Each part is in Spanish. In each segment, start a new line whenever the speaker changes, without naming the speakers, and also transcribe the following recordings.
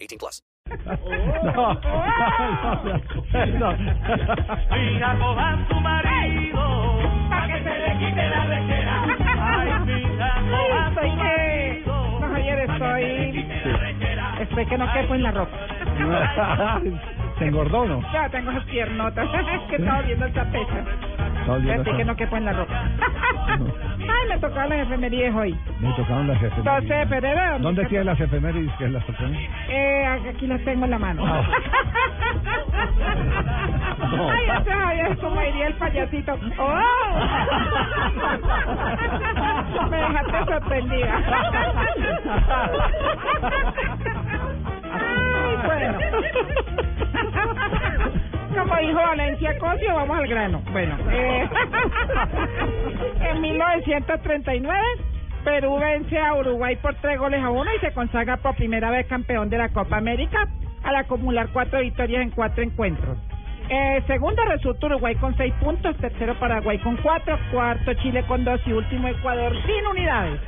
18 plus.
No, no, no.
Mira, coja a su marido para que se le quite la rechera. Ay, mira, coja a
Estoy
su
que.
marido
No, ayer
para que se le quite
estoy.
la rechera.
Estoy que no quepo en la ropa.
¿Se engordó o no?
Ya tengo esas piernotas. que estaba viendo el tapete.
Estaba
Estoy
oliendo acá.
Este que no quepo en la ropa. Ay, me tocaba las efemerías hoy.
Me tocaron las efemérides.
12 de febrero.
¿Dónde tiene las efemérides que las tocan?
Eh, aquí las tengo en la mano.
No. No.
Ay, ese Javier es como diría el payasito. ¡Oh! Me dejaste sorprendida. Ay, bueno. Como dijo Valencia Cosio, vamos al grano. Bueno, eh, en 1939, Perú vence a Uruguay por tres goles a uno y se consagra por primera vez campeón de la Copa América al acumular cuatro victorias en cuatro encuentros. Eh, segundo resulta Uruguay con seis puntos, tercero Paraguay con cuatro, cuarto Chile con dos y último Ecuador sin unidades.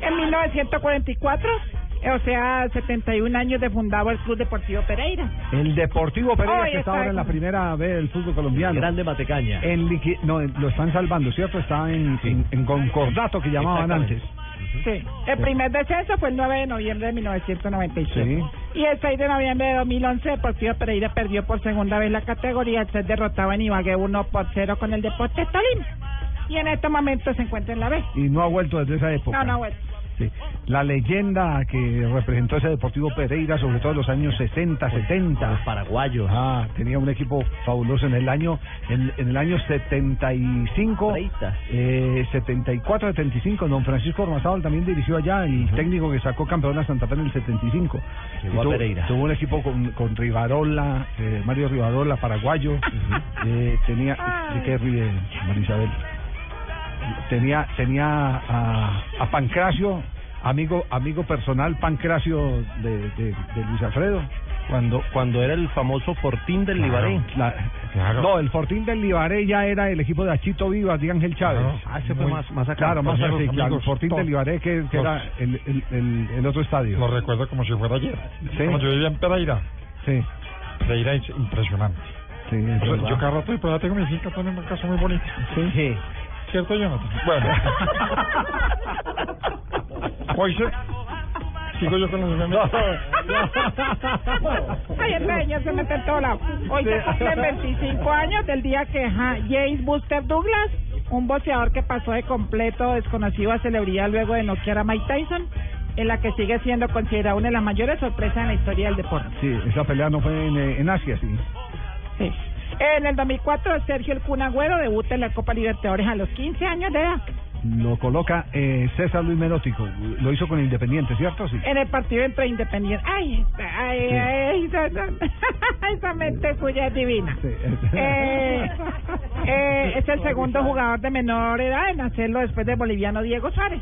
En 1944, eh, o sea, 71 años de fundado el Club Deportivo Pereira.
El Deportivo Pereira,
Hoy
que
está
está ahora en la
aquí.
primera vez del fútbol colombiano.
Grande Matecaña.
En liqui- no, en- lo están salvando, ¿cierto? Está en, en- en concordato que llamaban antes.
Exactamente.
Sí. El primer descenso fue el 9 de noviembre de 1997.
Sí.
Y el 6 de noviembre de 2011, Deportivo Pereira perdió por segunda vez la categoría al ser derrotado en Ibagué 1 por 0 con el Deportes Tolima. Y en estos momentos se encuentra en la B.
Y no ha vuelto desde esa época.
No, no, bueno.
Sí. La leyenda que representó ese Deportivo Pereira, sobre todo en los años 60, 70.
Pues, Paraguayos.
Ah, tenía un equipo fabuloso en el año en, en el año 75,
Treinta.
eh, 74, 75. Don Francisco Ormazábal también dirigió allá y técnico que sacó campeón a Santa Fe en el 75.
Llegó
Y
a
tuvo,
Pereira.
tuvo un equipo con, con Rivarola, eh, Mario Rivarola, paraguayo. eh, tenía ¿de qué ríe, María Isabel? Tenía tenía a, a Pancracio. Amigo, amigo personal Pancracio de, de- de Luis Alfredo.
Cuando, cuando era el famoso Fortín del Libaré.
La- No, el Fortín del Libaré ya era el equipo de Achito Vivas, de Ángel Chávez.
Claro. Ah, ese fue
Muy-
más- más acá.
Claro, más
Entonces,
así,
los
claro, El
amigos,
Fortín
todo.
del Libaré, que, que era el, el, el, el otro estadio.
Lo recuerdo como si fuera ayer.
Sí.
Como yo vivía en Pereira.
Sí,
Pereira es impresionante.
sí,
O
es
sea,
verdad.
yo cada rato y por allá tengo mis hijas, tienen una casa muy bonita.
Sí.
¿Cierto, Jonathan? Bueno. Hoy se... Sigo yo con los
Ay, el señor se mete en todo lado. Hoy se cumplen 25 años del día que ja, James Buster Douglas, un boxeador que pasó de completo desconocido a celebridad luego de noquear a Mike Tyson, en la que sigue siendo considerada una de las mayores sorpresas en la historia del deporte.
Sí, esa pelea no fue en, eh, en Asia, sí.
Sí. En el 2004, Sergio El Kun Agüero debuta en la Copa Libertadores a los 15 años de edad.
Lo coloca eh, César Luis Merótico. Lo hizo con Independiente, ¿cierto? Sí.
en el partido entre Independiente. Ay, ay,
Sí.
ay, esa, esa- esa mente suya es divina.
Sí.
Eh, eh, es el segundo jugador de menor edad en hacerlo después del boliviano Diego Suárez.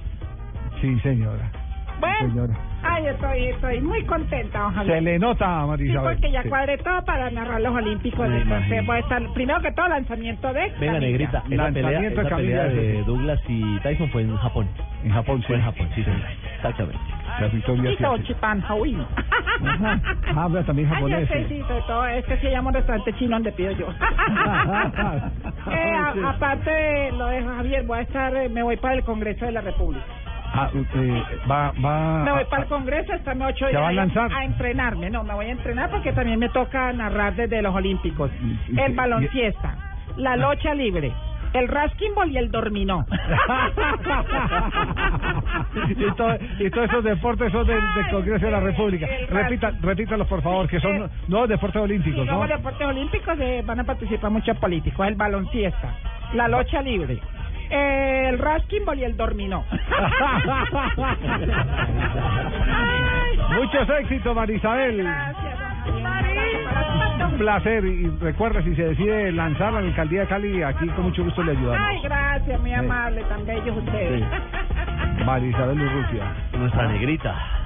Sí, señora.
Bueno,
Señora.
ay, estoy, estoy muy contenta,
Se
ojalá.
le nota a
Sí,
María Isabel.
porque ya
Sí.
cuadré todo para narrar los olímpicos.
Me
Entonces,
imagino.
voy a estar, primero que todo, lanzamiento de.
Venga,
camilla.
negrita. Esa pelea,
Lanzamiento de
esa pelea
camilla, sí,
de
sí.
Douglas y Tyson fue en Japón.
En Japón, sí.
Fue en Japón, sí, señor. Exactamente.
La victoria
Chito,
asiática.
chipán, hawino.
Ajá. Habla también japonés. eh.
Ay, yo sé, sí, sobre todo, es que se llama un restaurante chino donde pido yo. Eh, a-
Sí.
aparte de lo de Javier, voy a estar, eh, me voy para el Congreso de la República.
Ah, eh, va, va.
Me voy para el Congreso hasta me ocho
¿Te
días
va a lanzar?
a entrenarme. No, me voy a entrenar porque también me toca narrar desde los Olímpicos.
Y- y-
El
y- Ah.
balonciesta, la locha libre, el raskinball y el dorminó.
y, todo- y todos esos deportes son del, del Congreso de la República.
El- el-
Repita, repítalos, por favor, que son nuevos deportes
Y
olímpicos,
luego
¿no?
en deportes olímpicos eh, van a participar muchos políticos, el balonciesta, la locha libre, eh, el raskinball y el dorminó. Ay,
Muchos éxitos, Marisabel.
Gracias, don Javier.
Un placer. Y recuerda, si se decide lanzar a la alcaldía de Cali, aquí con mucho gusto le
Ay,
ayudamos.
gracias, muy amable, tan bellos ustedes.
Sí. Marisabel Urrutia.
Nuestra negrita.